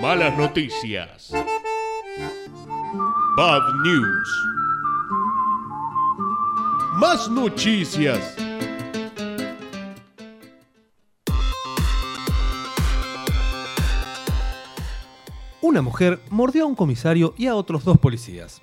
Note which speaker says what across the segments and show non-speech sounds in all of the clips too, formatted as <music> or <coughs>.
Speaker 1: Malas noticias. Bad news. Más noticias.
Speaker 2: Una mujer mordió a un comisario y a otros dos policías.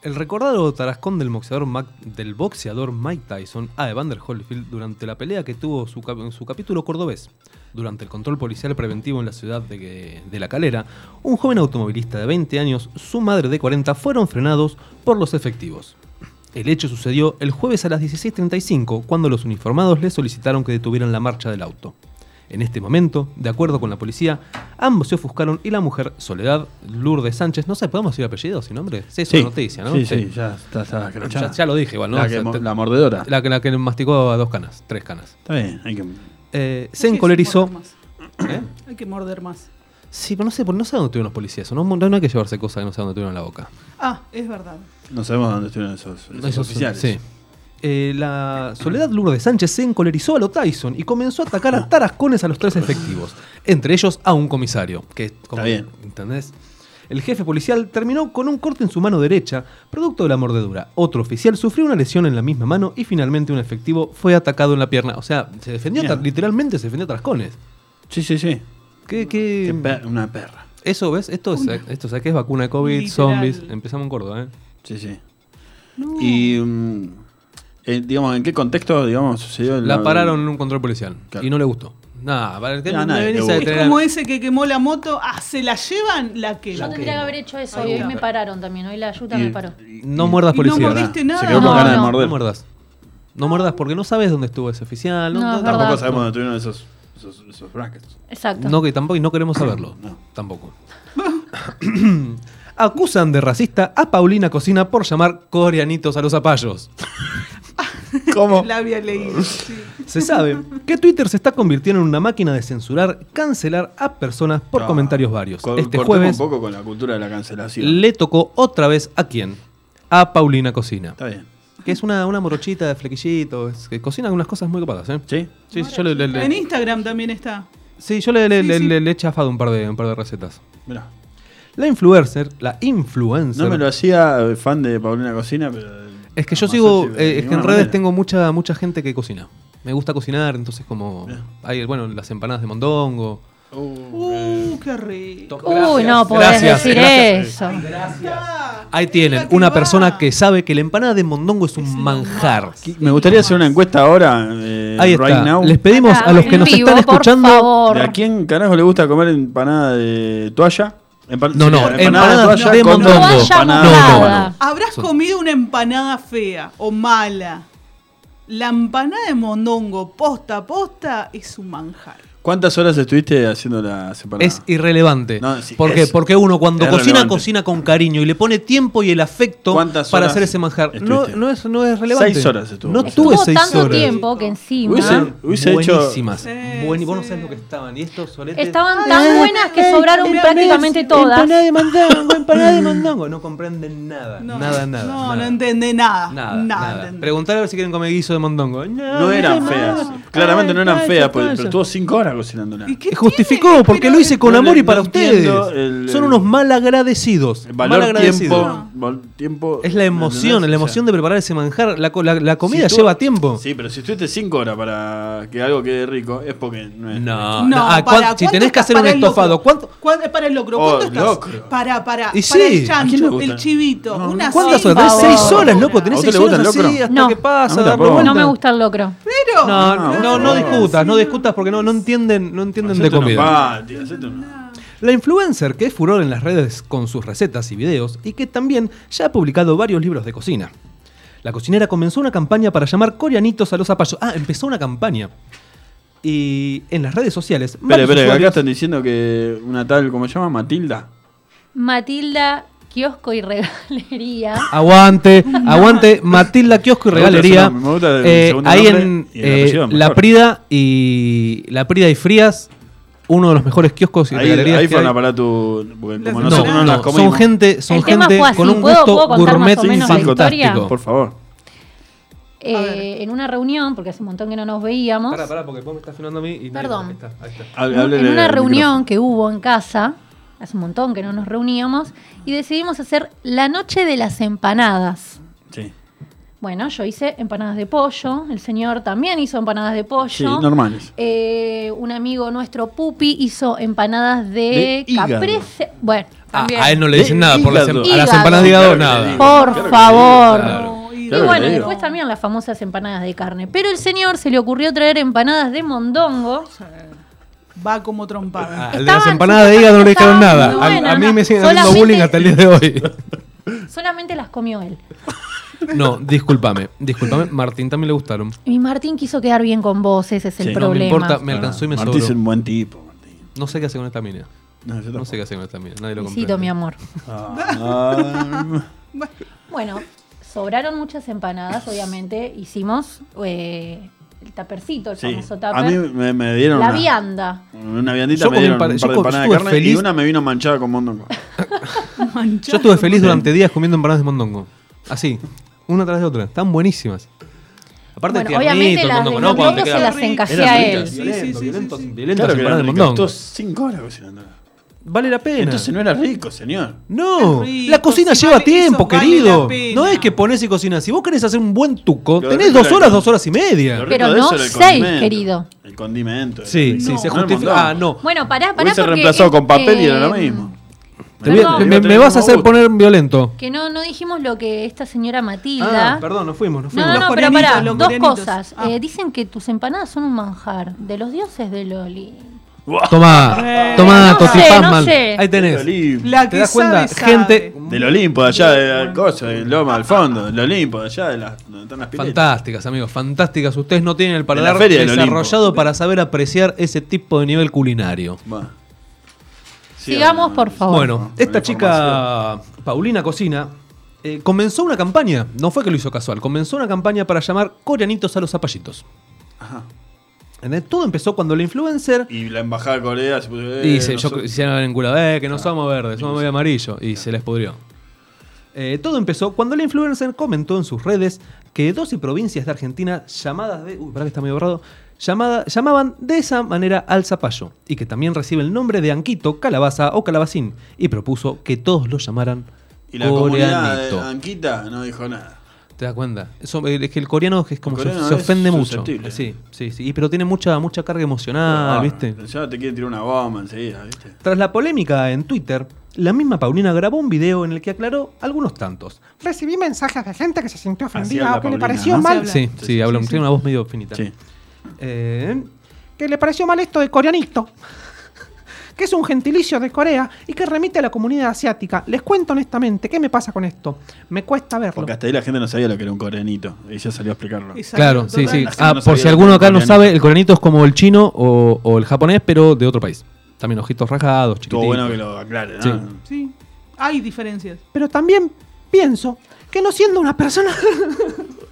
Speaker 2: El recordado tarascón del boxeador, Mac- del boxeador Mike Tyson a Evander Holyfield durante la pelea que tuvo su cap- en su capítulo cordobés. Durante el control policial preventivo en la ciudad de, de La Calera, un joven automovilista de 20 años, su madre de 40 fueron frenados por los efectivos. El hecho sucedió el jueves a las 16.35 cuando los uniformados le solicitaron que detuvieran la marcha del auto. En este momento, de acuerdo con la policía, ambos se ofuscaron y la mujer Soledad Lourdes Sánchez, no sé, ¿podemos decir apellido sin nombre? Sí, es una noticia, ¿no?
Speaker 3: Sí, sí, ya está, está
Speaker 2: Ya,
Speaker 3: escrachada.
Speaker 2: ya lo dije igual, ¿no?
Speaker 3: La,
Speaker 2: O
Speaker 3: que
Speaker 2: sea,
Speaker 3: mo-
Speaker 2: te-
Speaker 3: la mordedora.
Speaker 2: la que- la que masticó a dos canas, tres canas.
Speaker 3: Está bien, hay que.
Speaker 2: Eh, se
Speaker 4: Hay que
Speaker 2: encolerizó.
Speaker 4: morder más.
Speaker 2: ¿Eh?
Speaker 4: Hay que morder más.
Speaker 2: Sí, pero no sé, porque no sé dónde tuvieron los policías. eso, No, no hay que llevarse cosas que no sé dónde tuvieron en la boca.
Speaker 4: Ah, es verdad.
Speaker 3: No sabemos dónde estuvieron esos, esos
Speaker 2: Esos-
Speaker 3: oficiales.
Speaker 2: Sí. Eh, la Soledad Lourdes Sánchez se encolerizó a lo Tyson y comenzó a atacar a tarascones a los tres efectivos, entre ellos a un comisario. Que, como-
Speaker 3: Está bien.
Speaker 2: ¿Entendés? El jefe policial terminó con un corte en su mano derecha, producto de la mordedura. Otro oficial sufrió una lesión en la misma mano y finalmente un efectivo fue atacado en la pierna. O sea, se defendió,
Speaker 3: Bien.
Speaker 2: tar- literalmente se defendió a tarascones.
Speaker 3: Sí, sí, sí.
Speaker 2: ¿Qué,
Speaker 3: Qué
Speaker 2: qué...
Speaker 3: per- una perra.
Speaker 2: Eso, ¿ves? Esto es, esto, ¿sabes qué es vacuna de COVID,
Speaker 4: Literal.
Speaker 2: zombies? Empezamos en Córdoba, ¿eh?
Speaker 3: Sí, sí. Y. mm, eh, digamos, ¿en qué contexto, digamos, sucedió? el-
Speaker 2: La pararon en un control policial
Speaker 3: Claro.
Speaker 2: y no le gustó. Nada, para el que
Speaker 3: No,
Speaker 2: no,
Speaker 3: nadie
Speaker 2: me
Speaker 3: le
Speaker 2: venís a
Speaker 3: gusta.
Speaker 4: Es
Speaker 2: detener.
Speaker 4: como ese que quemó la moto. Ah, se la llevan, la que.
Speaker 5: Yo tendría que haber hecho eso y hoy me pararon también. Hoy la ayuda
Speaker 3: Y-
Speaker 5: me paró.
Speaker 3: y-
Speaker 2: No
Speaker 3: y-
Speaker 2: muerdas
Speaker 4: Y no
Speaker 2: policía.
Speaker 4: mordiste nada.
Speaker 3: Se quedó con
Speaker 5: No,
Speaker 3: ganas de
Speaker 5: no.
Speaker 3: morder.
Speaker 2: No muerdas. No muerdas porque no sabes dónde estuvo ese oficial. No,
Speaker 5: No,
Speaker 2: no,
Speaker 5: es
Speaker 3: Tampoco
Speaker 5: verdad.
Speaker 3: sabemos dónde estuvieron esos, esos, esos brackets.
Speaker 5: Exacto.
Speaker 2: No, que tampoco, y no queremos saberlo.
Speaker 3: No.
Speaker 2: Tampoco. <coughs> Acusan de racista a Paulina Cocina por llamar coreanitos a los zapallos.
Speaker 3: ¿Cómo?
Speaker 4: La había leído. sí.
Speaker 2: Se sabe que Twitter se está convirtiendo en una máquina de censurar, cancelar a personas por comentarios varios. este jueves
Speaker 3: un poco con la cultura de la cancelación.
Speaker 2: le tocó otra vez a quién? A Paulina Cocina.
Speaker 3: Está bien.
Speaker 2: Que es una, una morochita de flequillito, es que cocina algunas cosas muy copadas, ¿eh?
Speaker 3: ¿Sí?
Speaker 2: Sí, sí, yo le, le- le-
Speaker 4: En Instagram también está.
Speaker 2: sí, yo le, le-
Speaker 4: Sí,
Speaker 2: le-
Speaker 4: sí.
Speaker 2: le- le he chafado un par de, un par de recetas.
Speaker 3: Mirá.
Speaker 2: La influencer, la influencer.
Speaker 3: No me lo hacía eh, fan de Paulina Cocina, pero. eh,
Speaker 2: es que yo
Speaker 3: jamás
Speaker 2: sigo,
Speaker 3: así, de
Speaker 2: eh, es que en
Speaker 3: ninguna
Speaker 2: redes
Speaker 3: manera.
Speaker 2: tengo mucha, mucha gente que cocina. Me gusta cocinar, entonces como
Speaker 3: Bien.
Speaker 2: hay, bueno, las empanadas de mondongo.
Speaker 4: Uh, qué rico.
Speaker 5: Uy, no podés
Speaker 2: Gracias,
Speaker 5: decir
Speaker 2: gracias.
Speaker 5: eso.
Speaker 2: Ahí tienen,
Speaker 4: Fíjate,
Speaker 2: una
Speaker 4: va.
Speaker 2: persona que sabe que la empanada de mondongo es un manjar.
Speaker 3: Qui- Me gustaría hacer una encuesta ahora, eh,
Speaker 2: Ahí está.
Speaker 3: right now.
Speaker 2: Les pedimos
Speaker 5: Acá,
Speaker 2: a los que
Speaker 5: en
Speaker 2: nos
Speaker 5: vivo,
Speaker 2: están
Speaker 5: por
Speaker 2: escuchando.
Speaker 5: favor.
Speaker 3: ¿De a quién carajo le gusta comer empanada de toalla? Empan-
Speaker 2: No, em- no, empanada de
Speaker 3: con
Speaker 2: mondongo.
Speaker 5: Toalla
Speaker 3: empanada
Speaker 2: No,
Speaker 3: de
Speaker 2: no,
Speaker 3: mondongo.
Speaker 5: mojada.
Speaker 4: ¿Habrás comido una empanada fea o mala? La empanada de mondongo posta a posta es un manjar.
Speaker 3: ¿Cuántas horas estuviste haciendo la separada?
Speaker 2: Es irrelevante.
Speaker 3: No, sí,
Speaker 2: ¿Por qué?
Speaker 3: es-
Speaker 2: Porque uno cuando
Speaker 3: es
Speaker 2: cocina,
Speaker 3: relevante.
Speaker 2: cocina con cariño y le pone tiempo y el afecto
Speaker 3: ¿Cuántas
Speaker 2: para
Speaker 3: horas
Speaker 2: hacer ese manjar. No,
Speaker 3: estuviste?
Speaker 2: no, es, no es relevante.
Speaker 3: Seis horas estuvo.
Speaker 2: No
Speaker 3: Estuvo
Speaker 2: tuve
Speaker 5: Tuvo
Speaker 2: seis
Speaker 5: tanto
Speaker 2: horas.
Speaker 5: tiempo Ah. que encima
Speaker 3: Hubiese- hubiese hecho-
Speaker 2: Buenísimas.
Speaker 4: Sí,
Speaker 2: Buen- y vos no
Speaker 4: sí.
Speaker 2: sabés lo que estaban. Y estos soletes. Ah,
Speaker 5: estaban tan buenas que sobraron prácticamente todas.
Speaker 2: Empanada de mandongo, empanada de mandongo. No comprenden nada.
Speaker 4: No,
Speaker 2: nada, nada.
Speaker 4: No,
Speaker 2: nada.
Speaker 4: no entendé nada.
Speaker 2: Nada,
Speaker 4: Nada.
Speaker 2: nada.
Speaker 4: entendí.
Speaker 2: Preguntar a ver si quieren comer guiso de mondongo. No,
Speaker 3: No
Speaker 2: qué
Speaker 3: eran
Speaker 2: mal.
Speaker 3: feas. Claramente no eran
Speaker 2: Ay,
Speaker 3: feas,
Speaker 2: qué
Speaker 3: pero, pero
Speaker 2: pasa.
Speaker 3: estuvo cinco horas cocinándola.
Speaker 4: ¿Y qué
Speaker 2: Justificó,
Speaker 4: tiene?
Speaker 2: porque
Speaker 4: Pero
Speaker 2: lo hice con
Speaker 3: no le-
Speaker 2: amor y
Speaker 3: no
Speaker 2: para ustedes.
Speaker 3: entiendo el-
Speaker 2: Son unos malagradecidos.
Speaker 3: Valor
Speaker 2: malagradecidos.
Speaker 3: tiempo, val- tiempo.
Speaker 2: Es la emoción, es la emoción de preparar ese manjar. La, co- la- la comida
Speaker 3: Si tú-
Speaker 2: lleva tiempo.
Speaker 3: Sí, pero si estuviste cinco horas para que algo quede rico, es porque no es.
Speaker 2: No,
Speaker 4: No,
Speaker 2: no, ah,
Speaker 4: para,
Speaker 2: cuán- si
Speaker 4: ¿cuánto
Speaker 2: tenés que
Speaker 4: estás
Speaker 2: hacer un
Speaker 4: para el locro?
Speaker 2: estofado, ¿cuánto?
Speaker 4: ¿Cuán- eh, para el locro,
Speaker 3: Oh,
Speaker 4: ¿cuánto
Speaker 3: el
Speaker 4: estás?
Speaker 3: locro.
Speaker 4: Para, para,
Speaker 2: Y
Speaker 4: para
Speaker 2: sí.
Speaker 4: el
Speaker 3: ¿A quién le
Speaker 4: chancho,
Speaker 3: gusta?
Speaker 4: el chivito,
Speaker 3: No,
Speaker 4: una
Speaker 2: ¿Cuántas
Speaker 4: seis,
Speaker 2: horas? Tenés
Speaker 5: por
Speaker 2: seis
Speaker 5: favor.
Speaker 2: horas, loco.
Speaker 3: ¿A
Speaker 2: Tenés
Speaker 3: usted
Speaker 2: seis
Speaker 3: le gusta
Speaker 2: horas
Speaker 3: el
Speaker 2: así
Speaker 3: locro?
Speaker 2: hasta
Speaker 5: No.
Speaker 2: que pasa.
Speaker 3: A mí
Speaker 2: dar
Speaker 3: tampoco.
Speaker 2: vuelta.
Speaker 5: No me gusta el locro.
Speaker 4: Pero
Speaker 2: No, no,
Speaker 3: No,
Speaker 2: no,
Speaker 3: no,
Speaker 2: discutas, no discutas porque no, no entienden, no entienden de
Speaker 3: Hacete unos
Speaker 2: comida.
Speaker 3: patis, hacete unos-
Speaker 2: La influencer que es furor en las redes con sus recetas y videos y que también ya ha publicado varios libros de cocina. La cocinera comenzó una campaña para llamar coreanitos a los zapallos. Ah, empezó una campaña. Y en las redes sociales.
Speaker 3: Espere,
Speaker 2: varios
Speaker 3: espere, acá
Speaker 2: usuarios-
Speaker 3: están diciendo que una tal, ¿cómo se llama? Matilda.
Speaker 5: Matilda, kiosco y <laughs> regalería.
Speaker 2: Aguante, aguante. Matilda Kiosco y
Speaker 3: Me gusta
Speaker 2: Regalería.
Speaker 3: ese nombre, me gusta el
Speaker 2: Eh,
Speaker 3: segundo
Speaker 2: ahí
Speaker 3: nombre
Speaker 2: en
Speaker 3: y el
Speaker 2: eh,
Speaker 3: apellido es
Speaker 2: La
Speaker 3: mejor.
Speaker 2: Prida y La Prida y Frías, uno de los mejores kioscos y
Speaker 3: Ahí,
Speaker 2: regalerías.
Speaker 3: ahí
Speaker 2: que
Speaker 3: fueron
Speaker 2: hay.
Speaker 3: a parar tu. Porque como
Speaker 4: No,
Speaker 3: nosotros no,
Speaker 4: no,
Speaker 3: las
Speaker 2: son
Speaker 3: comimos.
Speaker 2: gente, son
Speaker 5: El tema
Speaker 2: gente
Speaker 5: fue así.
Speaker 2: con un
Speaker 5: ¿Puedo-
Speaker 2: gusto
Speaker 5: puedo contar
Speaker 2: gourmet
Speaker 5: más o menos la
Speaker 2: fantástico.
Speaker 5: historia?
Speaker 3: Por favor.
Speaker 5: Eh, en una reunión, porque hace un montón que no nos veíamos.
Speaker 2: porque vos me estás filmando a mí y
Speaker 5: Perdón.
Speaker 3: Hable-
Speaker 5: en
Speaker 3: háblele
Speaker 5: una
Speaker 3: al
Speaker 5: reunión
Speaker 3: micrófono.
Speaker 5: que hubo en casa, hace un montón que no nos reuníamos, y decidimos hacer la noche de las empanadas.
Speaker 3: Sí.
Speaker 5: Bueno, yo hice empanadas de pollo, el señor también hizo empanadas de pollo.
Speaker 3: Sí, normales.
Speaker 5: Eh, un amigo nuestro, Pupi, hizo empanadas
Speaker 3: De
Speaker 5: de,
Speaker 3: hígado.
Speaker 5: caprese. Bueno,
Speaker 2: Ah,
Speaker 5: también.
Speaker 2: a él no le dicen
Speaker 3: De
Speaker 2: nada, por las, em-
Speaker 3: hígado.
Speaker 2: a las
Speaker 5: Hígado.
Speaker 2: empanadas de hígado
Speaker 3: Claro que le
Speaker 2: nada.
Speaker 3: digo.
Speaker 5: Por
Speaker 3: Claro que sí,
Speaker 5: favor.
Speaker 3: claro.
Speaker 4: No, y
Speaker 5: Y
Speaker 3: Claro que
Speaker 5: bueno,
Speaker 3: le digo.
Speaker 5: después también las famosas empanadas de carne. Pero el señor se le ocurrió traer empanadas de mondongo.
Speaker 4: Va como <laughs> trompada.
Speaker 2: Al de las
Speaker 5: Estaban-
Speaker 2: empanadas de hígado no le dijeron
Speaker 5: estaban
Speaker 2: nada.
Speaker 5: muy
Speaker 2: A- A,
Speaker 5: buenas,
Speaker 2: mí
Speaker 5: no.
Speaker 2: me siguen haciendo
Speaker 5: Solamente-
Speaker 2: bullying hasta el día de hoy.
Speaker 5: <laughs> Solamente las comió él.
Speaker 2: No, discúlpame. Discúlpame, Martín también le gustaron.
Speaker 5: Y Martín quiso quedar bien con vos, ese es el
Speaker 3: Sí. No
Speaker 2: No me
Speaker 5: problema.
Speaker 2: importa, me alcanzó y me
Speaker 3: Ah, Martín es
Speaker 2: sobró.
Speaker 3: un buen tipo. Martín.
Speaker 2: No sé qué hace con esta mina.
Speaker 3: No, yo
Speaker 2: No sé
Speaker 5: <laughs>
Speaker 2: qué
Speaker 3: tampoco.
Speaker 2: hace con esta mina. Nadie lo comprende.
Speaker 5: Besito, mi amor.
Speaker 3: Ah,
Speaker 5: Bueno, sobraron muchas empanadas, obviamente. Hicimos eh, el tapercito, el
Speaker 3: sí.
Speaker 5: famoso
Speaker 3: A
Speaker 5: tupper.
Speaker 3: mí me, me dieron
Speaker 5: la
Speaker 3: una,
Speaker 5: vianda.
Speaker 3: una viandita,
Speaker 2: Yo
Speaker 3: me
Speaker 2: comí
Speaker 3: dieron
Speaker 2: empan-
Speaker 3: un
Speaker 2: yo
Speaker 3: par de
Speaker 2: co-
Speaker 3: empanadas de
Speaker 2: estuve
Speaker 3: carne y
Speaker 2: feliz.
Speaker 3: una me vino manchada con mondongo.
Speaker 4: Manchado.
Speaker 2: Yo estuve feliz durante días comiendo empanadas de mondongo. Así, una tras de otra. Están buenísimas. Aparte,
Speaker 5: Bueno,
Speaker 2: tiernito
Speaker 5: obviamente
Speaker 2: el
Speaker 5: las
Speaker 2: mondongo,
Speaker 5: de
Speaker 2: ¿no? Cuando
Speaker 5: mondongo
Speaker 2: te
Speaker 5: se
Speaker 2: queda
Speaker 5: las encajé a
Speaker 3: Eran ricas.
Speaker 5: él.
Speaker 4: Sí, sí, sí, sí,
Speaker 2: violentos,
Speaker 4: sí.
Speaker 2: violentas
Speaker 3: Claro que
Speaker 2: empanadas
Speaker 3: eran
Speaker 2: de
Speaker 3: ricas,
Speaker 2: mondongo.
Speaker 3: estuvo cinco horas cocinando.
Speaker 2: Vale la pena.
Speaker 3: Entonces no era rico, señor.
Speaker 2: No,
Speaker 4: Qué rico,
Speaker 2: la cocina
Speaker 4: si
Speaker 2: lleva
Speaker 4: vale-
Speaker 2: tiempo,
Speaker 4: eso vale
Speaker 2: querido.
Speaker 4: la pena.
Speaker 2: no es que pones y cocinas. Si vos querés hacer un buen tuco,
Speaker 3: Lo
Speaker 2: tenés
Speaker 3: rico
Speaker 2: dos
Speaker 3: era
Speaker 2: horas,
Speaker 3: que-
Speaker 2: dos horas y media.
Speaker 3: Lo rico
Speaker 5: Pero
Speaker 3: de eso
Speaker 5: no
Speaker 3: era el
Speaker 5: seis,
Speaker 3: condimento.
Speaker 5: querido.
Speaker 3: El condimento. era
Speaker 2: Sí,
Speaker 3: rico.
Speaker 2: sí,
Speaker 4: No,
Speaker 2: se
Speaker 4: no
Speaker 3: el
Speaker 2: justifica. Ah,
Speaker 3: mondongo.
Speaker 2: no.
Speaker 5: Bueno, pará, pará.
Speaker 3: Hubiese
Speaker 5: porque
Speaker 3: reemplazado
Speaker 5: es-
Speaker 3: con papel y era lo
Speaker 5: eh,
Speaker 3: mismo.
Speaker 2: Te voy a-
Speaker 5: Perdón.
Speaker 2: me, me vas a hacer poner violento.
Speaker 5: Que no, no dijimos lo que esta señora Matilda.
Speaker 2: Ah, perdón, nos fuimos, nos
Speaker 5: No,
Speaker 2: fuimos.
Speaker 5: no, no,
Speaker 4: Los
Speaker 5: pero
Speaker 4: coreanitos,
Speaker 5: pará,
Speaker 4: los
Speaker 5: dos
Speaker 4: coreanitos.
Speaker 5: cosas.
Speaker 4: Ah.
Speaker 5: Eh, dicen que tus empanadas son un manjar de los dioses de Loli.
Speaker 2: Tomá,
Speaker 4: Eh,
Speaker 2: tomá,
Speaker 5: no
Speaker 2: Toti
Speaker 5: sé, no
Speaker 2: Pazman.
Speaker 5: sé.
Speaker 2: Ahí tenés.
Speaker 3: Del Olimpo.
Speaker 4: La que
Speaker 2: ¿Te das cuenta?
Speaker 4: sabe, sabe.
Speaker 2: Gente
Speaker 3: Del Olimpo, de allá, de la cosa, del Loma, al fondo. Del Olimpo, de allá, de las, donde están las piletas.
Speaker 2: Fantásticas, amigos, fantásticas. Ustedes no tienen el
Speaker 3: De
Speaker 2: paladar
Speaker 3: la Feria del
Speaker 2: desarrollado para saber apreciar ese tipo de nivel culinario.
Speaker 3: Bueno.
Speaker 5: Sigamos, por favor.
Speaker 2: Bueno, esta
Speaker 3: la
Speaker 2: chica, Paulina Cocina, eh, comenzó una campaña, no fue que lo hizo casual, comenzó una campaña para llamar coreanitos a los zapallitos.
Speaker 3: Ajá.
Speaker 2: ¿Entendés? Todo empezó cuando la influencer
Speaker 3: Y la embajada de Corea se puso. eh, Ah,
Speaker 2: dice, yo
Speaker 3: nosotros-
Speaker 2: hicieron haber enculado, eh, que no somos verdes, somos medio amarillo, y se les pudrió. Eh, todo empezó cuando la influencer comentó en sus redes que 12 provincias de Argentina llamadas de. Uy, pará que está medio borrado. llamada- llamaban de esa manera al zapallo y que también recibe el nombre de anquito, calabaza o calabacín y propuso que todos lo llamaran
Speaker 3: Y la comunidad eh, de
Speaker 2: coreanito.
Speaker 3: Anquita no dijo nada.
Speaker 2: ¿Te das cuenta? Eso, eh, es que el coreano es como
Speaker 3: El
Speaker 2: se-
Speaker 3: coreano
Speaker 2: se,
Speaker 3: es
Speaker 2: ofende mucho.
Speaker 3: susceptible.
Speaker 2: Sí, sí, sí. Y Pero tiene mucha, mucha carga emocional,
Speaker 3: Ah,
Speaker 2: ¿viste?
Speaker 3: Ya te quieren tirar una bomba enseguida, ¿viste?
Speaker 2: Tras la polémica en Twitter, la misma Paulina grabó un video en el que aclaró algunos tantos.
Speaker 6: Recibí mensajes de gente que se sintió ofendida
Speaker 3: habla
Speaker 6: o que
Speaker 3: Paulina,
Speaker 6: le pareció
Speaker 3: ¿no?
Speaker 6: mal.
Speaker 4: Habla.
Speaker 2: Sí, sí,
Speaker 3: sí,
Speaker 2: Ah, habla, tiene una voz medio finita.
Speaker 3: Sí.
Speaker 2: Eh,
Speaker 6: Que le pareció mal esto de coreanito. <laughs> Que es un gentilicio de Corea y que remite a la comunidad asiática. Les cuento honestamente, ¿qué me pasa con esto? Me cuesta verlo.
Speaker 3: Porque hasta ahí la gente no sabía lo que era un coreanito. Y ya salió a explicarlo.
Speaker 4: Y salió
Speaker 2: claro, sí, sí.
Speaker 4: total.
Speaker 3: gente
Speaker 2: Ah,
Speaker 3: no
Speaker 2: por
Speaker 3: sabía
Speaker 2: si
Speaker 3: el
Speaker 2: alguno acá no
Speaker 3: coreanito.
Speaker 2: sabe, el coreanito es como el chino o, o el japonés, pero de otro país. También ojitos rasgados,
Speaker 3: Estuvo
Speaker 2: chiquititos.
Speaker 3: bueno que lo aclare, ¿no?
Speaker 2: Sí.
Speaker 4: Sí. Hay diferencias.
Speaker 6: Pero también pienso que no siendo una persona.
Speaker 2: <laughs>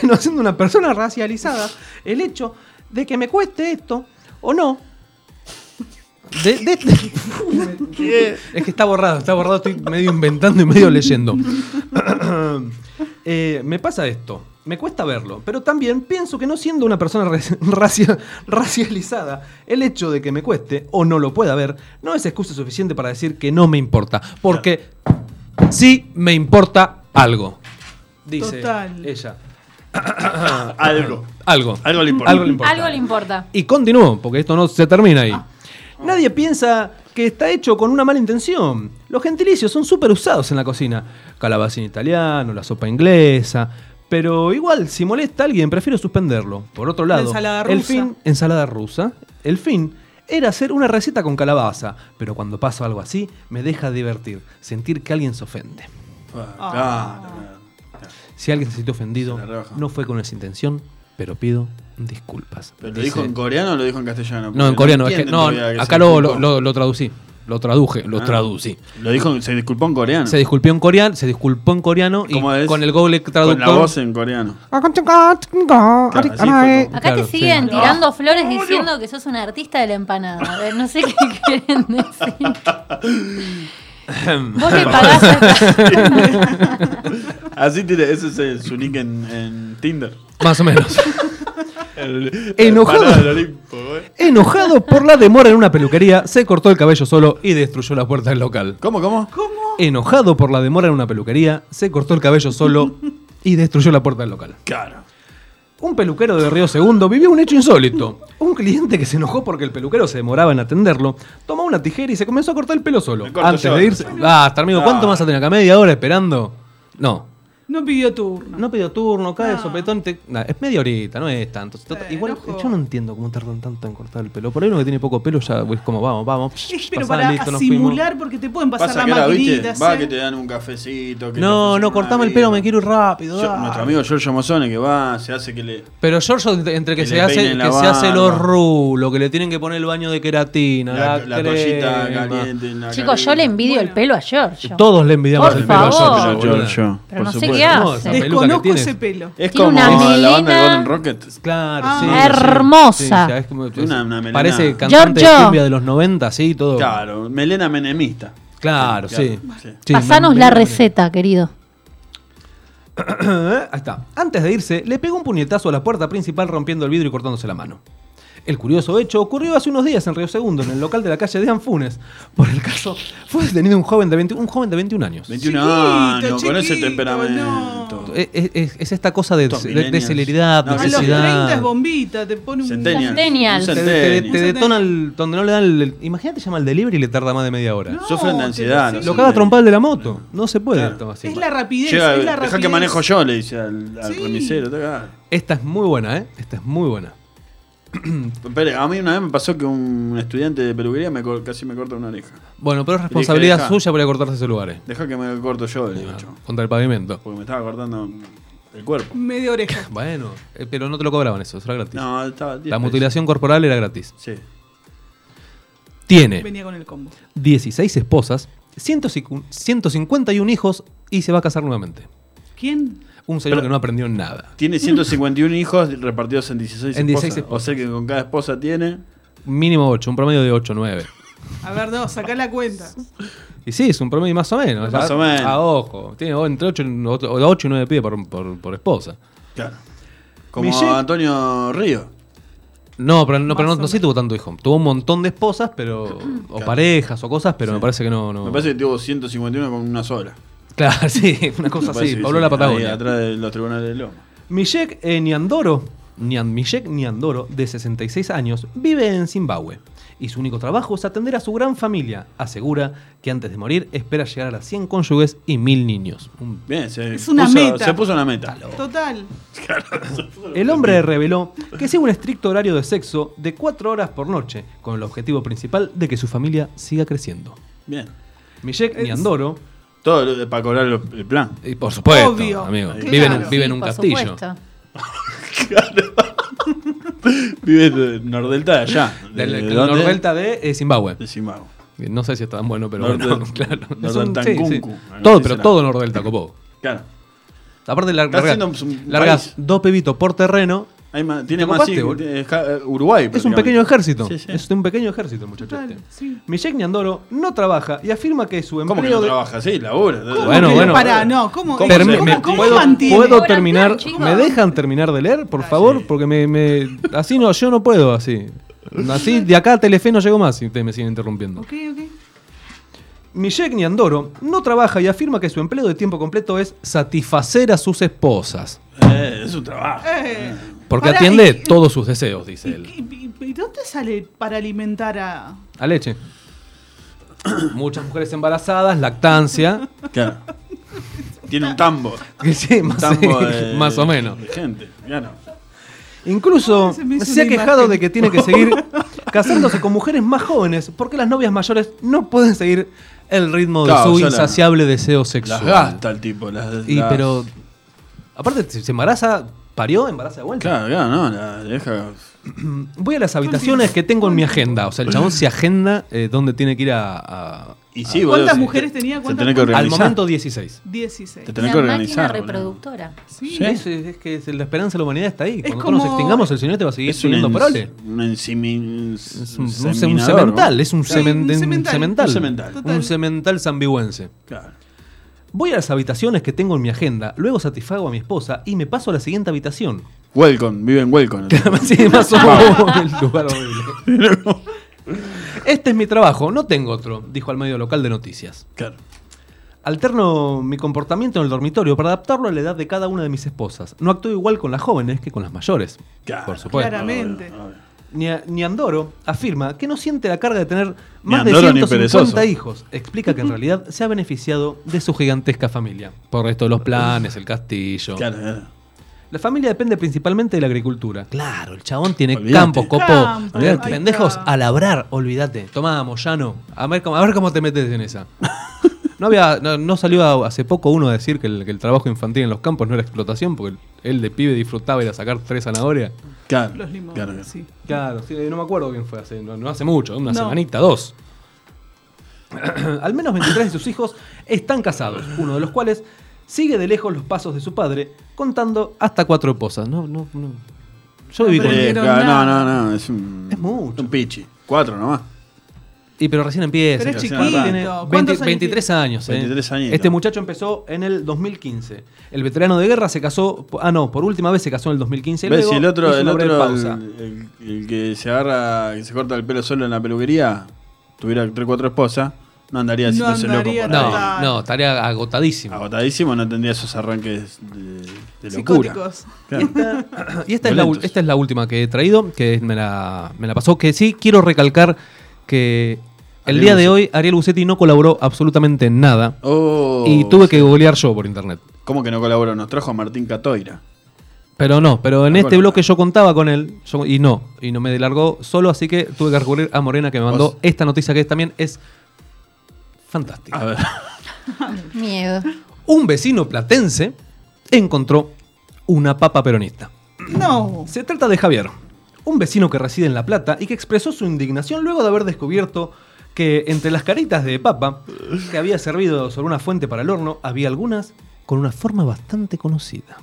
Speaker 6: que no siendo una persona racializada, el hecho de que me cueste esto o no.
Speaker 2: De- de- es que está borrado, está borrado, estoy medio inventando y medio leyendo. Eh, me pasa esto, me cuesta verlo, pero también pienso que no siendo una persona raci- racia- racializada, el hecho de que me cueste o no lo pueda ver no es excusa suficiente para decir que no me importa, porque sí me importa algo, dice
Speaker 4: Total.
Speaker 2: ella.
Speaker 3: Algo.
Speaker 2: Algo.
Speaker 3: Algo le importa.
Speaker 2: Algo le importa.
Speaker 5: Algo le importa.
Speaker 2: Y continuó, porque esto no se termina ahí. Nadie piensa que está hecho con una mala intención. Los gentilicios son súper usados en la cocina. Calabacín italiano, la sopa inglesa. Pero igual, si molesta a alguien, prefiero suspenderlo. Por otro lado,
Speaker 4: ensalada
Speaker 2: el
Speaker 4: rusa.
Speaker 2: fin, ensalada rusa, el fin era hacer una receta con calabaza. Pero cuando pasa algo así, me deja divertir, sentir que alguien se ofende.
Speaker 3: Ah, claro, claro.
Speaker 2: Si alguien se siente ofendido,
Speaker 3: Se la raja.
Speaker 2: no fue con esa intención, pero pido disculpas.
Speaker 3: ¿Pero lo
Speaker 2: Dice-
Speaker 3: dijo en coreano o lo dijo en castellano?
Speaker 2: No, en
Speaker 3: Porque
Speaker 2: coreano, es que
Speaker 3: entienden
Speaker 2: no,
Speaker 3: todavía que
Speaker 2: acá
Speaker 3: se
Speaker 2: lo, lo,
Speaker 3: disculpó.
Speaker 2: lo- lo traducí. Lo traduje, lo
Speaker 3: Ah.
Speaker 2: traducí.
Speaker 3: Lo dijo, se disculpó en coreano.
Speaker 2: Se disculpó en coreano, se disculpó en coreano y
Speaker 3: ¿Cómo es?
Speaker 2: con el Google
Speaker 3: Con la
Speaker 2: traductor.
Speaker 3: voz eh. en coreano.
Speaker 6: Ah, Claro,
Speaker 3: así fue
Speaker 5: Acá
Speaker 2: Claro,
Speaker 5: te siguen
Speaker 2: sí. Ah.
Speaker 5: tirando flores diciendo que sos un artista de la empanada. A ver, no sé qué <laughs> quieren decir.
Speaker 2: <laughs>
Speaker 5: Vos le
Speaker 2: <laughs>
Speaker 5: pagás a-
Speaker 3: eh, Así tiene, ese es el- su nick en, en Tinder. <laughs>
Speaker 2: Más o menos. ¿E Enojado.
Speaker 3: Empanada del Olimpo, eh. güey.
Speaker 2: Enojado por la demora en una peluquería, se cortó el cabello solo y destruyó la puerta del local.
Speaker 3: ¿Cómo, cómo?
Speaker 4: ¿Cómo?
Speaker 2: Enojado por la demora en una peluquería, se cortó el cabello solo y destruyó la puerta del local.
Speaker 3: Claro.
Speaker 2: Un peluquero de Río Segundo vivió un hecho insólito. Un cliente que se enojó porque el peluquero se demoraba en atenderlo, tomó una tijera y se comenzó a cortar el pelo solo.
Speaker 3: Me corto
Speaker 2: Antes
Speaker 3: yo.
Speaker 2: de irse. Basta, amigo, ¿cuánto
Speaker 3: No.
Speaker 2: más vas a tener acá? ¿Media hora esperando? No.
Speaker 4: No pidió turno.
Speaker 2: No pidió turno, cae de
Speaker 4: No.
Speaker 2: sopetón. te- nah, es media horita, no es tanto. Se trata-
Speaker 4: Eh,
Speaker 2: igual
Speaker 4: loco.
Speaker 2: yo no entiendo cómo tardan tanto en cortar el pelo. Por ahí uno que tiene poco pelo ya es como vamos, vamos.
Speaker 4: Es,
Speaker 2: psh,
Speaker 4: pero
Speaker 2: pasá,
Speaker 4: para
Speaker 2: listo, nos fuimos.
Speaker 4: simular, porque te pueden pasar
Speaker 3: Pasa
Speaker 4: la
Speaker 3: que ahora, ¿viste?
Speaker 4: maquinita.
Speaker 3: Va
Speaker 4: ¿sí?
Speaker 3: que te dan un cafecito. que
Speaker 2: No,
Speaker 3: te
Speaker 2: no,
Speaker 3: ofrecen
Speaker 2: cortame
Speaker 3: una
Speaker 2: el pelo,
Speaker 3: vida.
Speaker 2: me quiero ir rápido.
Speaker 3: Yo-
Speaker 2: dale.
Speaker 3: nuestro amigo Giorgio Mozone que va, se hace que le.
Speaker 2: Pero Giorgio, entre- entre que,
Speaker 3: Que
Speaker 2: se
Speaker 3: le
Speaker 2: hace,
Speaker 3: peinen la
Speaker 2: que se hace
Speaker 3: barba.
Speaker 2: los rulos, que le tienen que poner el baño de queratina,
Speaker 3: La,
Speaker 2: la,
Speaker 3: la toallita
Speaker 2: crema.
Speaker 3: caliente. la
Speaker 5: Chicos, yo
Speaker 3: caliente.
Speaker 5: le envidio
Speaker 4: Bueno.
Speaker 5: el pelo a Giorgio.
Speaker 2: Todos le envidiamos
Speaker 5: Por
Speaker 2: el pelo a
Speaker 5: favor.
Speaker 2: Giorgio,
Speaker 3: Pero
Speaker 2: boludo.
Speaker 3: Giorgio.
Speaker 5: Pero no
Speaker 3: Por
Speaker 5: sé qué
Speaker 3: supuesto.
Speaker 2: No,
Speaker 5: hace.
Speaker 2: la peluca que
Speaker 4: Desconozco
Speaker 2: tienes.
Speaker 4: ese pelo.
Speaker 3: Es
Speaker 5: Tiene
Speaker 3: como
Speaker 5: una
Speaker 3: la banda de
Speaker 5: melena-
Speaker 3: Golden Rocket.
Speaker 2: Claro,
Speaker 4: Ah.
Speaker 2: sí.
Speaker 5: Hermosa.
Speaker 2: sí, sí, ya es como-
Speaker 3: Una- una melena.
Speaker 2: parece cantante de
Speaker 5: Giorgio.
Speaker 2: cumbia de los 90, sí, todo. Claro,
Speaker 3: Claro, melena menemista.
Speaker 2: sí.
Speaker 3: sí.
Speaker 2: Sí,
Speaker 5: Pasanos
Speaker 2: me-
Speaker 5: la
Speaker 2: me-
Speaker 5: receta, querido.
Speaker 2: <clears throat> Ahí está. Antes de irse, le pegó un puñetazo a la puerta principal rompiendo el vidrio y cortándose la mano. El curioso hecho ocurrió hace unos días en Río Segundo, en el local de la calle de Anfunes. Por el caso, fue detenido un joven de, 20 un joven de 21 años.
Speaker 3: 21
Speaker 4: Chiquito,
Speaker 3: años, con ese
Speaker 4: chiquito,
Speaker 3: temperamento.
Speaker 4: no.
Speaker 2: Es, es- es esta cosa de,
Speaker 3: Estos
Speaker 2: de- de
Speaker 3: millennials.
Speaker 2: celeridad,
Speaker 3: No,
Speaker 4: A los
Speaker 2: necesidad.
Speaker 4: 30 es bombita, te pone un.
Speaker 3: Centennial.
Speaker 5: Centennial.
Speaker 3: Un
Speaker 2: Te, te- te
Speaker 3: centennial.
Speaker 2: detona el- donde no le dan el, el- Imagínate, llama al delivery y le tarda más de media hora.
Speaker 4: No,
Speaker 3: Sufren de
Speaker 4: te
Speaker 3: ansiedad,
Speaker 4: lo-
Speaker 3: no
Speaker 2: Lo
Speaker 3: sé.
Speaker 2: caga trompal de la moto. No se puede.
Speaker 3: Claro.
Speaker 2: esto así.
Speaker 4: Es la rapidez,
Speaker 3: Llega,
Speaker 4: es la rapidez.
Speaker 3: dejá que manejo yo, le dice al, al
Speaker 4: Sí.
Speaker 3: remisero. te cagás.
Speaker 2: Esta es muy buena, ¿eh? Esta es muy buena.
Speaker 3: Pero a mí una vez me pasó que un estudiante de peluquería me cor- casi me corta una oreja.
Speaker 2: Bueno, pero es
Speaker 3: Dije,
Speaker 2: responsabilidad
Speaker 3: deja.
Speaker 2: suya por ir a cortarse esos lugares.
Speaker 3: Deja que me lo corto yo, le digo, chon,
Speaker 2: Contra el pavimento.
Speaker 3: Porque me estaba cortando el cuerpo.
Speaker 4: Medio oreja.
Speaker 2: Bueno, eh, pero no te lo cobraban eso, eso era gratis.
Speaker 3: No, estaba.
Speaker 2: la mutilación corporal era gratis.
Speaker 3: Sí.
Speaker 2: Tiene
Speaker 4: Venía con el combo.
Speaker 2: 16 esposas, 105 151 hijos y se va a casar nuevamente.
Speaker 4: ¿Quién?
Speaker 2: Un señor
Speaker 3: Pero-
Speaker 2: que no aprendió nada. <laughs>
Speaker 3: Tiene 151 hijos repartidos en 16
Speaker 2: En 16
Speaker 3: esposas. O sea que con cada esposa tiene.
Speaker 2: Mínimo 8, un promedio de 8, 9.
Speaker 4: A ver, no, sacá la cuenta.
Speaker 2: Y sí, es un promedio más o menos.
Speaker 3: Más
Speaker 2: a,
Speaker 3: o menos.
Speaker 2: A ojo. Tiene o- entre 8, y 9 pibes por, por- por esposa.
Speaker 3: Claro. Como
Speaker 2: Millet-
Speaker 3: Antonio Río.
Speaker 2: No, pero no, pero no,
Speaker 4: Más o
Speaker 2: no sé si tuvo tanto hijo. Tuvo un montón de esposas, pero. o parejas o cosas, pero me parece que no. no-
Speaker 3: Me parece que tuvo 151 con una sola.
Speaker 2: Claro, <laughs> sí, una cosa
Speaker 3: Me parece
Speaker 2: así.
Speaker 3: que
Speaker 2: Pablo
Speaker 3: sí,
Speaker 2: la
Speaker 3: ahí
Speaker 2: Patagonia.
Speaker 3: atrás de los tribunales de Loma.
Speaker 2: Mijek eh, Niandoro, Nian- Mijek Niandoro, de 66 años, vive en Zimbabue y su único trabajo es atender a su gran familia. Asegura que antes de morir espera llegar a las 100 cónyuges y 1000 niños. Un-
Speaker 3: Bien, se,
Speaker 4: Es una
Speaker 3: puso,
Speaker 4: meta.
Speaker 3: se puso una meta.
Speaker 4: Total.
Speaker 2: El hombre reveló que sigue un estricto horario de sexo de 4 horas por noche, con el objetivo principal de que su familia siga creciendo.
Speaker 3: Bien.
Speaker 2: Mijek Niandoro,
Speaker 3: Todo lo- para cobrar lo- el plan. <laughs>
Speaker 2: y por supuesto,
Speaker 4: Obvio,
Speaker 2: amigo,
Speaker 4: claro.
Speaker 2: vive en un, vive en
Speaker 5: Sí,
Speaker 2: un
Speaker 5: por
Speaker 2: castillo.
Speaker 5: supuesto.
Speaker 3: Vive en Nordelta de allá.
Speaker 2: <laughs> Del, del
Speaker 3: dónde?
Speaker 2: nordelta de eh, Zimbabue.
Speaker 3: De Zimbabue.
Speaker 2: No sé si es tan bueno, pero
Speaker 3: Norte-
Speaker 2: bueno, <laughs> claro.
Speaker 3: Norte
Speaker 2: Es un-
Speaker 3: del
Speaker 2: sí, sí.
Speaker 3: Tancuncu, algo
Speaker 2: Todo,
Speaker 3: así
Speaker 2: pero
Speaker 3: será.
Speaker 2: todo Nordelta copó.
Speaker 3: Claro.
Speaker 2: Aparte lar-
Speaker 3: Está
Speaker 2: largas,
Speaker 3: haciendo un- un
Speaker 2: largas
Speaker 3: país.
Speaker 2: dos pebitos por terreno.
Speaker 3: Hay más- tiene
Speaker 2: ¿Te
Speaker 3: más
Speaker 2: copaste,
Speaker 3: sig-
Speaker 2: bol-
Speaker 3: tiene- es ca- eh, Uruguay.
Speaker 2: Es un
Speaker 3: prácticamente.
Speaker 2: pequeño ejército.
Speaker 3: Sí, sí.
Speaker 2: Es un pequeño ejército, muchachos.
Speaker 4: Total, sí.
Speaker 2: Mijek Niandoro no trabaja y afirma que su empleo
Speaker 3: ¿Cómo que no
Speaker 2: de-
Speaker 3: trabaja? Sí, labura.
Speaker 2: Bueno,
Speaker 4: que no?
Speaker 2: bueno.
Speaker 4: Pará, no,
Speaker 3: ¿Cómo
Speaker 4: ¿cómo, cómo-
Speaker 2: Perme-
Speaker 3: se-
Speaker 2: me-
Speaker 4: cómo- cómo
Speaker 2: ¿Puedo,
Speaker 4: mantiene?
Speaker 2: puedo
Speaker 5: Cobran
Speaker 2: terminar?
Speaker 5: plan, chicos. Ah,
Speaker 2: ¿Me dejan terminar de leer, por favor? Porque me, me- así no, yo no puedo así. Así de acá a Telefe no llego más si ustedes me siguen interrumpiendo.
Speaker 4: Ok, ok.
Speaker 2: Mijek Niandoro no trabaja y afirma que su empleo de tiempo completo es satisfacer a sus esposas.
Speaker 3: Eh, es un trabajo.
Speaker 4: Eh,
Speaker 2: Porque
Speaker 4: pará,
Speaker 2: atiende
Speaker 4: y-
Speaker 2: todos sus deseos, dice él.
Speaker 4: ¿Y, y- y- y dónde sale para alimentar a.?
Speaker 2: A leche. Muchas mujeres embarazadas, lactancia. <laughs>
Speaker 3: Claro. Tiene un tambo.
Speaker 2: Que sí,
Speaker 3: Un
Speaker 2: más,
Speaker 3: tambo de-
Speaker 2: <laughs> más o menos.
Speaker 3: de gente. Claro.
Speaker 2: Incluso
Speaker 4: Ay, se me hizo
Speaker 2: se ha
Speaker 4: una
Speaker 2: quejado
Speaker 4: imagen.
Speaker 2: de que tiene que seguir
Speaker 4: <laughs>
Speaker 2: casándose con mujeres más jóvenes porque las novias mayores no pueden seguir el ritmo de
Speaker 3: Claro,
Speaker 2: su
Speaker 3: ya la-
Speaker 2: insaciable deseo
Speaker 3: Las
Speaker 2: sexual.
Speaker 3: gasta el tipo. Las,
Speaker 2: Y
Speaker 3: las-
Speaker 2: pero. Aparte, si se embaraza, parió, embaraza de vuelta.
Speaker 3: Claro, claro, no. La deja.
Speaker 2: Voy a las habitaciones que tengo en mi agenda. O sea, el chabón se agenda eh, dónde tiene que ir a- a-
Speaker 3: Y sí, boludo,
Speaker 4: ¿Cuántas
Speaker 3: se-
Speaker 4: mujeres
Speaker 3: te-
Speaker 4: tenía?
Speaker 3: se
Speaker 4: ¿Cuántas
Speaker 3: tenés que
Speaker 2: al
Speaker 3: organizar.
Speaker 2: momento 16.
Speaker 4: 16.
Speaker 3: Te
Speaker 5: Una
Speaker 3: tenés que
Speaker 5: máquina
Speaker 3: organizar. boludo.
Speaker 5: reproductora.
Speaker 4: Sí.
Speaker 3: Sí.
Speaker 2: Es, es que es- la esperanza de la humanidad está ahí.
Speaker 4: Es
Speaker 2: Cuando nosotros nos
Speaker 4: como-
Speaker 2: extingamos, el señor te va a seguir
Speaker 3: Es un,
Speaker 2: subiendo
Speaker 3: ens-
Speaker 2: parole.
Speaker 3: un encimi-
Speaker 2: Es un, un- un
Speaker 3: seminador,
Speaker 2: cemental,
Speaker 3: ¿no?
Speaker 2: es un,
Speaker 4: Sí, un
Speaker 2: cemen- un
Speaker 4: cemental.
Speaker 2: cemental.
Speaker 3: Un cemental.
Speaker 2: Un
Speaker 4: Total.
Speaker 2: cemental zambigüense.
Speaker 3: Claro.
Speaker 2: Voy a las habitaciones que tengo en mi agenda, luego satisfago a mi esposa y me paso a la siguiente habitación. <laughs>
Speaker 3: Welcome, vive en Welcome.
Speaker 2: Sí, más o menos el lugar
Speaker 3: <laughs>
Speaker 2: horrible. Este es mi trabajo, no tengo otro, dijo al medio local de noticias.
Speaker 3: Claro.
Speaker 2: Alterno mi comportamiento en el dormitorio para adaptarlo a la edad de cada una de mis esposas. No actúo igual con las jóvenes que con las mayores.
Speaker 3: Claro,
Speaker 2: por supuesto.
Speaker 4: claro. Claramente.
Speaker 3: obvio, obvio.
Speaker 2: Ni, Andoro afirma que no siente la carga de tener más
Speaker 3: Niandoro ni
Speaker 2: de 150
Speaker 3: perezoso.
Speaker 2: hijos. Explica que en realidad se ha beneficiado de su gigantesca familia. Por esto de los planes, el castillo.
Speaker 3: Claro, claro.
Speaker 2: La familia depende principalmente de la agricultura. Claro, el chabón tiene
Speaker 3: Olvídate.
Speaker 2: campos, copo.
Speaker 4: Campo,
Speaker 2: olvídate.
Speaker 4: ahí
Speaker 2: Pendejos,
Speaker 4: está.
Speaker 2: a labrar, olvídate. Tomá, Moyano. A ver, cómo- a ver cómo te metes en esa. No, había, no, no salió a- hace poco uno a decir que el, que el trabajo infantil en los campos no era explotación, porque él de pibe disfrutaba ir a sacar tres zanahorias.
Speaker 3: Claro,
Speaker 4: Los limones,
Speaker 3: claro, claro.
Speaker 4: sí.
Speaker 2: Claro, sí, eh, no me acuerdo quién fue hace, no, no hace mucho, una
Speaker 4: No.
Speaker 2: semanita, dos. <clears throat> Al menos 23 de sus hijos están casados, uno de los cuales sigue de lejos los pasos de su padre, contando hasta cuatro esposas. No, no, no. Yo viví con
Speaker 4: Hombre.
Speaker 3: Eh,
Speaker 4: Pero
Speaker 3: claro, no,
Speaker 4: nada.
Speaker 3: no, no, es un.
Speaker 2: Es mucho.
Speaker 3: Un pichi. Cuatro nomás.
Speaker 2: Y pero recién empieza.
Speaker 4: Pero es
Speaker 3: chiquito.
Speaker 2: Tiene
Speaker 4: ¿Cuántos
Speaker 2: 20
Speaker 4: años
Speaker 2: 23 años. eh.
Speaker 3: 23 añitos.
Speaker 2: Este muchacho empezó en el 2015. El veterano de guerra se casó. Ah, no, por última vez se casó en el 2015.
Speaker 3: ¿Ves?
Speaker 2: luego
Speaker 3: Y el otro,
Speaker 2: hizo
Speaker 3: el,
Speaker 2: una breve
Speaker 3: otro el,
Speaker 2: pausa.
Speaker 3: el- el que se agarra, que se corta el pelo solo en la peluquería, tuviera tres, cuatro esposas, no andaría
Speaker 4: No
Speaker 3: haciéndose
Speaker 4: andaría
Speaker 3: loco por ahí.
Speaker 2: No, no, estaría agotadísimo.
Speaker 3: Agotadísimo, no tendría esos arranques de, de locura.
Speaker 4: Psicóticos.
Speaker 3: Claro.
Speaker 4: <laughs>
Speaker 2: Y esta es, la, ul-
Speaker 3: Violentos.
Speaker 2: esta es la última que he traído, que me la, me la pasó. Que sí, quiero recalcar que el
Speaker 3: Ariel
Speaker 2: día de
Speaker 3: Bucetti.
Speaker 2: hoy Ariel Bucetti no colaboró absolutamente en nada.
Speaker 3: Oh,
Speaker 2: y tuve que googlear yo por internet.
Speaker 3: ¿Cómo que no colaboró? Nos trajo a Martín Catoira.
Speaker 2: Pero no, pero en
Speaker 3: Me
Speaker 2: este
Speaker 3: acuerdo.
Speaker 2: bloque yo contaba con él yo- y no, y no me largó solo, así que tuve que recurrir a Morena que me mandó
Speaker 3: Vos-
Speaker 2: esta noticia que también es fantástica.
Speaker 3: A ver. <laughs>
Speaker 5: Miedo.
Speaker 3: Ah.
Speaker 2: Un vecino platense encontró una papa peronista.
Speaker 4: No.
Speaker 2: Oh. Se trata de Javier, un vecino que reside en La Plata y que expresó su indignación luego de haber descubierto que entre las caritas de papa que había servido sobre una fuente para el horno había algunas con una forma bastante conocida.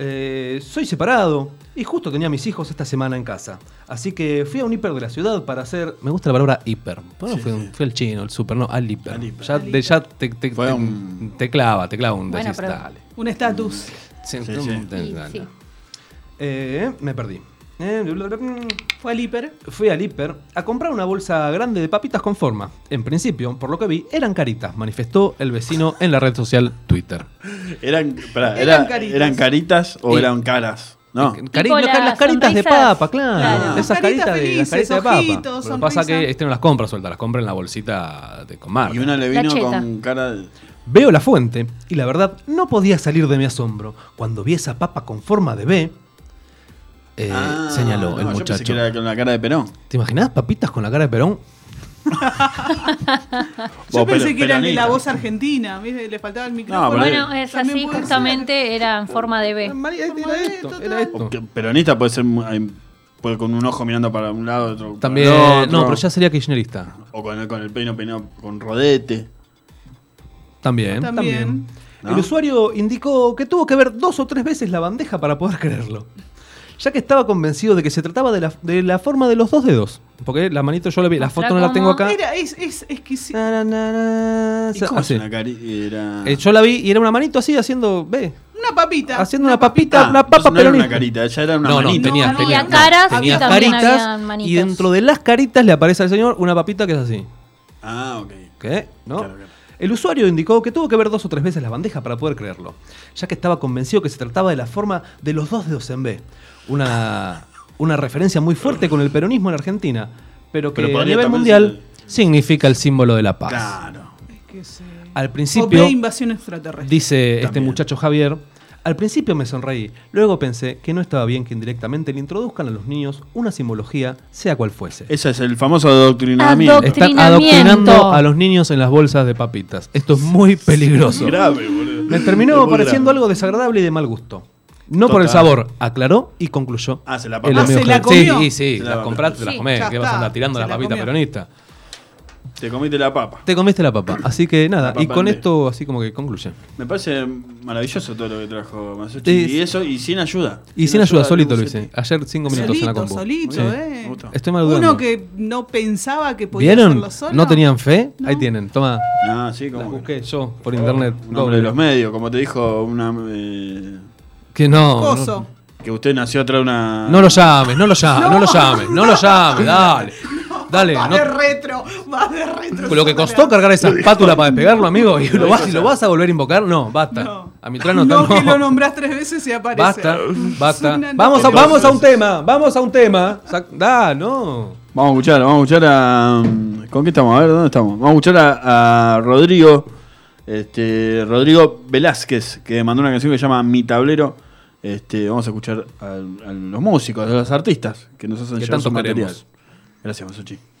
Speaker 2: Eh, soy separado y justo tenía a mis hijos esta semana en casa. Así que fui a un hiper de la ciudad para hacer. Me gusta la palabra hiper. Bueno, fue, un- fue el chino, el super, no, al hiper.
Speaker 3: Al hiper.
Speaker 2: Ya,
Speaker 4: Al
Speaker 2: de- ya te, te-
Speaker 3: Fue
Speaker 2: te-
Speaker 3: un-
Speaker 2: te clava, te clava un
Speaker 5: Bueno,
Speaker 2: decís,
Speaker 5: pero-
Speaker 2: dale.
Speaker 4: Un estatus.
Speaker 2: Sí,
Speaker 3: sí.
Speaker 2: un-
Speaker 5: Y
Speaker 2: dale.
Speaker 5: sí.
Speaker 2: Eh, me perdí. Eh, bla, bla, bla, mm.
Speaker 4: Fue al hiper.
Speaker 2: Fui al hiper a comprar una bolsa grande de papitas con forma. En principio, por lo que vi, eran caritas, manifestó el vecino en la red social Twitter.
Speaker 3: Eran, pará,
Speaker 4: Eran
Speaker 3: era-
Speaker 4: caritas.
Speaker 3: eran caritas o
Speaker 2: Y-
Speaker 3: eran caras. No.
Speaker 2: Cari-
Speaker 5: Tipo
Speaker 2: no,
Speaker 5: las
Speaker 2: las caritas de
Speaker 5: sonrisas.
Speaker 2: papa, claro.
Speaker 5: Claro.
Speaker 2: Esas
Speaker 4: Las caritas
Speaker 2: caritas, de, las
Speaker 4: felices,
Speaker 2: caritas de papa.
Speaker 4: ojitos,
Speaker 2: Lo que
Speaker 4: sonrisa.
Speaker 2: pasa que este no las compra sueltas, las compra en la bolsita de con marca.
Speaker 3: Y una le vino
Speaker 5: La cheta.
Speaker 3: con cara de.
Speaker 2: Veo la fuente y la verdad no podía salir de mi asombro cuando vi esa papa con forma de B. eh,
Speaker 3: Ah,
Speaker 2: señaló
Speaker 3: no,
Speaker 2: el
Speaker 3: yo pensé
Speaker 2: muchacho.
Speaker 3: que era con la cara de Perón.
Speaker 2: ¿Te imaginas papitas con la cara de Perón?
Speaker 4: Yo
Speaker 3: Vos, pero-
Speaker 4: pensé que eran de
Speaker 3: peronista.
Speaker 4: la voz argentina. ¿viste? Le faltaba el micrófono.
Speaker 3: pero-
Speaker 5: Bueno, es
Speaker 4: También
Speaker 5: así,
Speaker 4: puede ser.
Speaker 5: justamente era en forma de B.
Speaker 2: María,
Speaker 4: Era esto,
Speaker 2: era esto.
Speaker 3: O que peronista puede ser mu- em, puede con un ojo mirando para un lado, otro para
Speaker 2: También,
Speaker 3: el otro.
Speaker 2: no, pero ya sería kirchnerista.
Speaker 3: O con el, con el peino peinado con rodete.
Speaker 2: También, también.
Speaker 4: También.
Speaker 3: ¿No?
Speaker 2: El usuario indicó que tuvo que ver dos o tres veces la bandeja para poder creerlo. Ya que estaba convencido de que se trataba de la, de la forma de los dos dedos. Porque la manito yo la vi, la
Speaker 5: Mostrá
Speaker 2: foto no la tengo
Speaker 5: cómo-
Speaker 2: acá.
Speaker 4: Era, es, es exquisito.
Speaker 2: Na, na, na, na,
Speaker 3: ¿Y
Speaker 2: sa-
Speaker 3: cómo
Speaker 2: así.
Speaker 3: es una cari- era-
Speaker 2: Eh, yo la vi y era una manito así haciendo, ve,
Speaker 4: Una papita.
Speaker 2: haciendo una papita,
Speaker 3: Ah,
Speaker 2: una papa
Speaker 3: entonces no era una
Speaker 2: peronista.
Speaker 3: carita, ella era una
Speaker 2: no, no,
Speaker 3: manita.
Speaker 2: tenía,
Speaker 4: No,
Speaker 2: tenía,
Speaker 4: había caras
Speaker 2: tenía
Speaker 4: y
Speaker 5: también
Speaker 2: caritas
Speaker 5: habían manitos.
Speaker 2: y dentro de las caritas le aparece al señor una papita que es así.
Speaker 3: Ah, ok.
Speaker 2: ¿Qué? ¿No?
Speaker 3: Claro, claro.
Speaker 2: El usuario indicó que tuvo que ver dos o tres veces la bandeja para poder creerlo, ya que estaba convencido que se trataba de la forma de los dos dedos en B. Una, una referencia muy fuerte con el peronismo en Argentina, pero que
Speaker 3: Pero
Speaker 2: a
Speaker 3: podría
Speaker 2: nivel
Speaker 3: también
Speaker 2: mundial significa el símbolo de la paz.
Speaker 3: Claro.
Speaker 4: Es que sí.
Speaker 2: Al
Speaker 4: O ve
Speaker 2: principio,
Speaker 4: invasión extraterrestre.
Speaker 2: dice este
Speaker 3: Pues, También.
Speaker 2: muchacho Javier, al principio me sonreí, luego pensé que no estaba bien que indirectamente le introduzcan a los niños una simbología, sea cual fuese.
Speaker 3: Ese es el famoso adoctrinamiento.
Speaker 5: Adoc-
Speaker 2: Están
Speaker 5: Adoctrinamiento.
Speaker 2: adoctrinando a los niños en las bolsas de papitas. Esto es muy peligroso.
Speaker 3: grave, boludo.
Speaker 2: Me
Speaker 3: Es
Speaker 2: terminó
Speaker 3: muy
Speaker 2: pareciendo
Speaker 3: grave.
Speaker 2: algo desagradable y de mal gusto. No por el
Speaker 3: Total.
Speaker 2: sabor, aclaró y concluyó.
Speaker 3: Ah, se la
Speaker 2: el
Speaker 3: papá.
Speaker 4: Ah,
Speaker 2: amigo
Speaker 4: se la
Speaker 2: Javier.
Speaker 4: comió.
Speaker 2: Sí, sí,
Speaker 3: Se la
Speaker 2: la
Speaker 3: comió.
Speaker 2: compraste, te la
Speaker 5: Sí,
Speaker 2: comés.
Speaker 4: ya
Speaker 2: ¿Qué vas a andar
Speaker 4: está,
Speaker 2: tirando
Speaker 4: se
Speaker 2: la
Speaker 4: la
Speaker 2: papita
Speaker 4: comió.
Speaker 2: peronista?
Speaker 3: Te comiste la papa.
Speaker 2: Te comiste la papa. Así que nada,
Speaker 3: La
Speaker 2: y
Speaker 3: papa
Speaker 2: con
Speaker 3: en B.
Speaker 2: esto así como que concluye.
Speaker 3: Me parece maravilloso todo lo que trajo Masucci.
Speaker 2: Sí, sí.
Speaker 3: Y eso, y sin ayuda.
Speaker 2: Y sin ayuda, solito lo
Speaker 3: Luis.
Speaker 2: hice. Ayer cinco minutos en la
Speaker 4: Solito,
Speaker 2: compu.
Speaker 4: solito,
Speaker 2: Sí.
Speaker 4: eh.
Speaker 3: Me gusta.
Speaker 2: Estoy
Speaker 4: Uno
Speaker 2: maludando.
Speaker 4: que no pensaba que podía
Speaker 2: ¿Vieron?
Speaker 4: hacerlo solo.
Speaker 2: ¿No tenían fe?
Speaker 4: No.
Speaker 2: Ahí tienen, toma.
Speaker 3: No, Ah, sí,
Speaker 2: La
Speaker 3: como.
Speaker 2: busqué yo por internet.
Speaker 3: Un hombre de los medios, como te dijo una. eh,
Speaker 2: Que no.
Speaker 4: Coso.
Speaker 2: no.
Speaker 3: Que usted nació atrás de una.
Speaker 2: No lo llames, no lo llames, no, lo llames, no lo
Speaker 4: <laughs>
Speaker 2: llames, dale. Dale,
Speaker 4: va
Speaker 2: no-
Speaker 4: de retro, va de retro.
Speaker 2: Lo que costó cargar
Speaker 4: <laughs>
Speaker 2: esa espátula para despegarlo, amigo, y lo vas, y lo vas a volver a invocar, no, basta.
Speaker 4: No.
Speaker 2: A mi trano
Speaker 4: no, que
Speaker 2: no.
Speaker 4: lo nombrás tres veces y aparece.
Speaker 2: Basta,
Speaker 4: Es
Speaker 2: basta.
Speaker 4: <laughs> una
Speaker 2: Vamos a,
Speaker 4: locura.
Speaker 2: vamos a un tema, vamos a un tema. Sac- Da, no.
Speaker 3: Vamos a escuchar, vamos a escuchar a. mm, ¿Con qué estamos? A ver, ¿dónde estamos? Vamos a escuchar a, a Rodrigo. Este, Rodrigo Velázquez, que mandó una canción que se llama Mi Tablero. Este, vamos a escuchar al- a, los músicos, a los artistas que nos hacen
Speaker 2: Que
Speaker 3: llegar
Speaker 2: tanto
Speaker 3: su material.
Speaker 2: queremos.
Speaker 3: Gracias, Masuchi.